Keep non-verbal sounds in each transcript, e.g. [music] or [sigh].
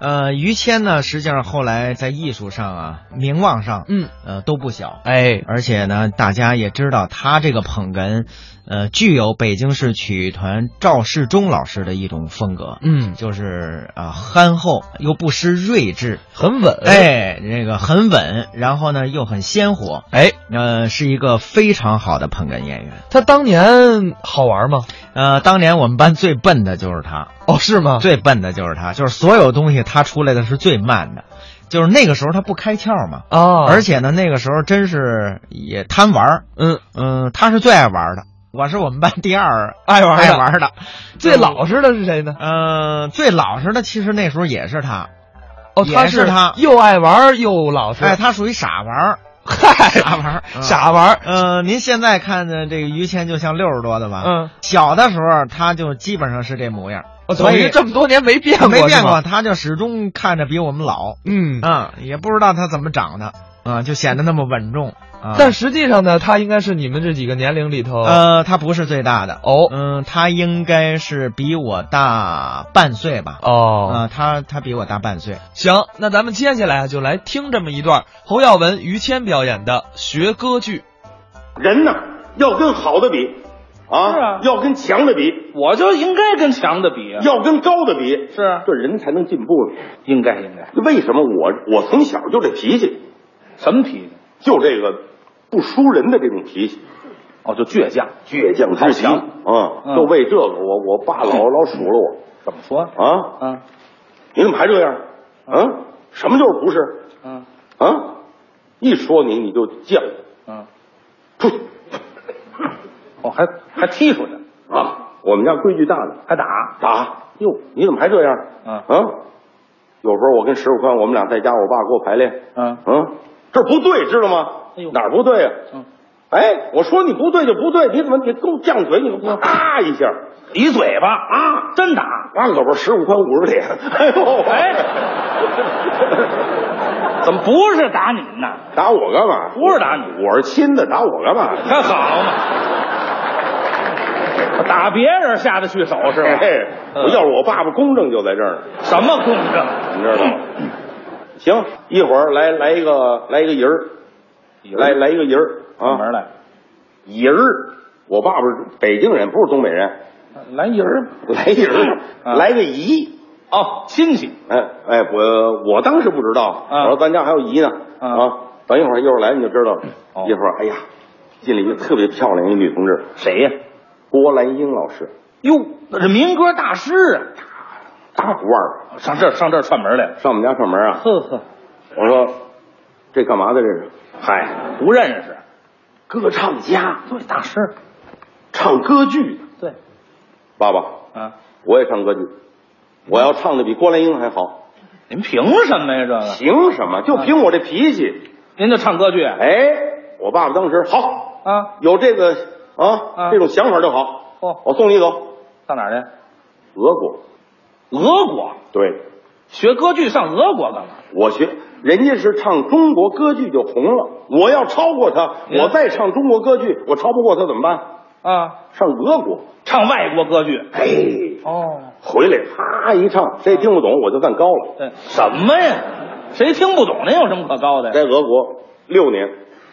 呃，于谦呢，实际上后来在艺术上啊、名望上，嗯，呃，都不小。哎，而且呢，大家也知道他这个捧哏，呃，具有北京市曲艺团赵世忠老师的一种风格，嗯，就是啊、憨厚又不失睿智，很稳，，哎，这个很稳，然后呢又很鲜活，哎，呃，是一个非常好的捧哏演员。他当年好玩吗？呃，当年我们班最笨的就是他，哦，是吗？最笨的就是他，就是所有东西他出来的是最慢的，就是那个时候他不开窍嘛。啊，而且呢，那个时候真是也贪玩儿，嗯，嗯，他是最爱玩儿的，我是我们班第二爱玩嗯爱的玩儿的， [laughs] 最老实的是谁呢？嗯，最老实的其实那时候也是他，哦，他也是他又爱玩又老实，哎，他属于傻玩儿， [laughs] 嗨，傻玩儿，嗯傻玩，呃，您现在看的这个于谦就像六十多的吧？，嗯，小的时候他就基本上是这模样，哦所等于以这么多年没变过，没变是吗过，，他就始终看着比我们老，嗯。啊，也不知道他怎么长的，啊，就显得那么稳重啊。但实际上呢，他应该是你们这几个年龄里头，呃，他不是最大的，哦嗯，他应该是比我大半岁吧？哦，啊，他他比我大半岁。行，那咱们接下来啊就来听这么一段侯耀文、于谦表演的学歌剧。人呢，要跟好的比，啊，是啊要跟强的比，我就应该跟强的比啊！要跟高的比，是啊这人才能进步。应该应该，为什么我我从小就这脾气，什么脾气？就这个不输人的这种脾气，哦，就倔强。倔强太之极强啊，嗯就为这个，我我爸老老数落怎么说？我啊，啊你怎么还这样？嗯啊，什么就是不是啊啊？一说你你就犟，啊！出去哦，还还踢出去，啊！我们家规矩大呢，还打。打哟，你怎么还这样？啊有时候我跟石富宽，我们俩在家，我爸给我排练。啊嗯，这不对，知道吗？哎呦哪儿不对啊？嗯，哎，我说你不对就不对，你怎么你跟我犟嘴？你啪一下，嗯一嘴巴啊真打。那可不是十五宽五十脸。哎 [laughs] 呦，哎，怎么不是打你呢？打我干嘛？不是打你，我是亲的，打我干嘛？还好嘛，打别人下得去手是吧？哎，我要是我爸爸公正就在这儿呢，什么公正？你知道吗？嗯行，一会儿来来一个来一个人儿，来来一个人儿上门啊，来，人儿。我爸爸是北京人，不是东北人。来人儿来人儿，啊来个姨。哦，亲戚哎哎，我我当时不知道，啊我说咱家还有姨呢啊等一会儿一会儿来你就知道了。哦一会儿，哎呀，进了一个特别漂亮一女同志，谁呀？郭兰英老师，哟，那是民歌大师啊！大腕儿，上这儿上这儿串门来了。上我们家串门啊。呵呵，我说这干嘛的？这是嗨，啊不认识。歌唱家，对，大师，唱歌剧的。对爸爸，啊，我也唱歌剧，我要唱的比郭兰英还好。啊您凭什么呀？这个，凭什么？就凭我这脾气？您就唱歌剧啊？哎，我爸爸当时好，啊，有这个啊啊这种想法就好。哦，我送你走。上哪儿去？俄国。俄国对，学歌剧上俄国干嘛？我学人家是唱中国歌剧就红了，我要超过他，嗯我再唱中国歌剧，我超不过他怎么办？啊，上俄国，唱外国歌剧。嘿，哦，回来啪一唱，谁也听不懂我就算高了。对，嗯什么呀？谁听不懂？那有什么可高的呀？在俄国六年，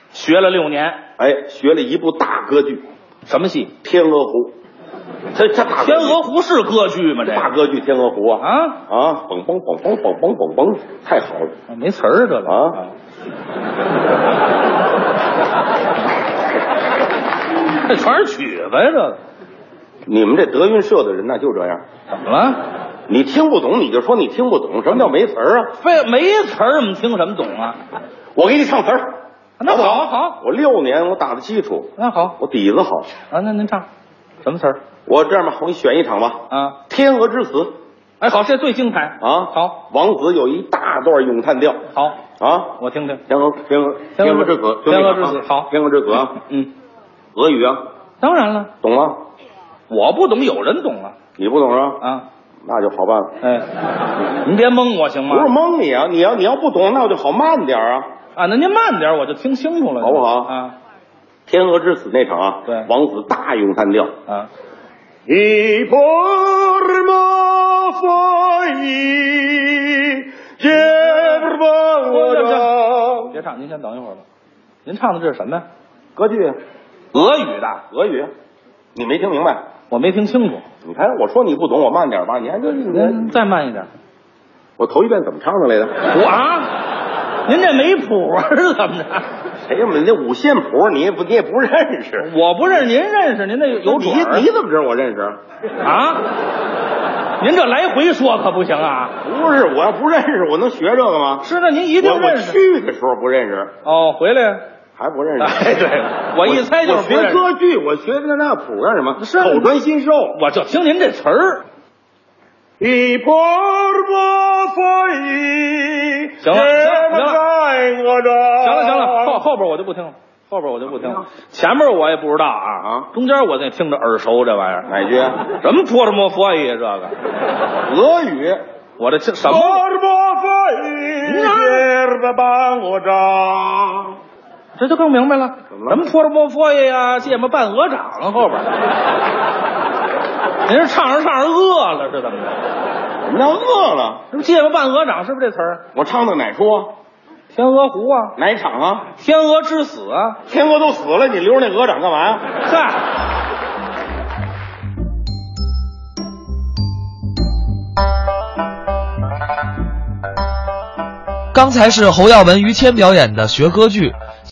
学了六年，哎，学了一部大歌剧什么戏？ 《天鹅湖》，这这大歌剧天鹅湖是歌剧吗？这大个歌剧《天鹅湖》啊啊，哎啊，嘣嘣嘣嘣嘣嘣嘣嘣，太好了。没词儿这个啊， [laughs] 这全是曲子呀，这个你们这德云社的人呐，就这样，怎么了？你听不懂你就说你听不懂，什么叫没词儿啊？非没词儿，我们听什么懂啊？我给你唱词儿。那不好好，我六年我打的基础，那好我底子好。啊，那您唱什么词儿我这样吧，我给你选一场吧，啊？ 《天鹅之死哎，好，这最精彩》啊。好，王子有一大段咏叹调好，啊。我听听。天鹅，天鹅，天鹅鹅之之子，就那天鹅个之啊子好天鹅之子啊，嗯，俄语啊，当然了，懂吗？我不懂，有人懂啊你不懂啊？啊！那就好办了。哎，您别蒙我行不是吗？蒙你啊，你要你要不懂，那我就好慢点儿啊。啊，那您慢点，我就听清楚了，好不好啊天鹅之死那场啊，对王子大咏叹调。啊， Y por más hoy 别唱，您先等一会儿吧。您唱的这是什么呀？歌剧，啊俄语的，俄语，啊你没听明白？我没听清楚。你看我说你不懂，我慢点吧，你还这您嗯再慢一点。我头一遍怎么唱的来着？我啊，您这没谱啊，是怎么着？谁哎呀？那五线谱你也不你也不认识，我不认识，您认识，您那 [laughs] 有准儿你你怎么知道我认识？啊？您 [laughs] 这来回说可不行啊！不是，我要不认识，我能学这个吗？是的，您一定我我认识。去的时候不认识，哦，回来呀。还不认识。哎对我一猜就是我不认学识歌剧，我学的那谱干什么？是啊口传心授。我就听您这词儿，一波波风雨，行了行在了我的。行了行了，后后边我就不听了，后边我就不听了，前面我也不知道啊啊中间我得听着耳熟这玩意儿，哪句？啊什么波什么佛爷这个，俄 [laughs] 语。我这听什么？波风的伴我长。这就更明白了，怎么了什么波什么佛爷呀，芥末半鹅掌啊后边。 [laughs] 您是唱着唱着饿了是怎么着？怎么叫饿了？这不芥末半鹅掌是不是这词儿？我唱的哪出？啊？天鹅湖啊，哪一场啊？天鹅之死啊，天鹅都死了，你留着那鹅掌干嘛呀？嗨，刚才是侯耀文、于谦表演的学歌剧，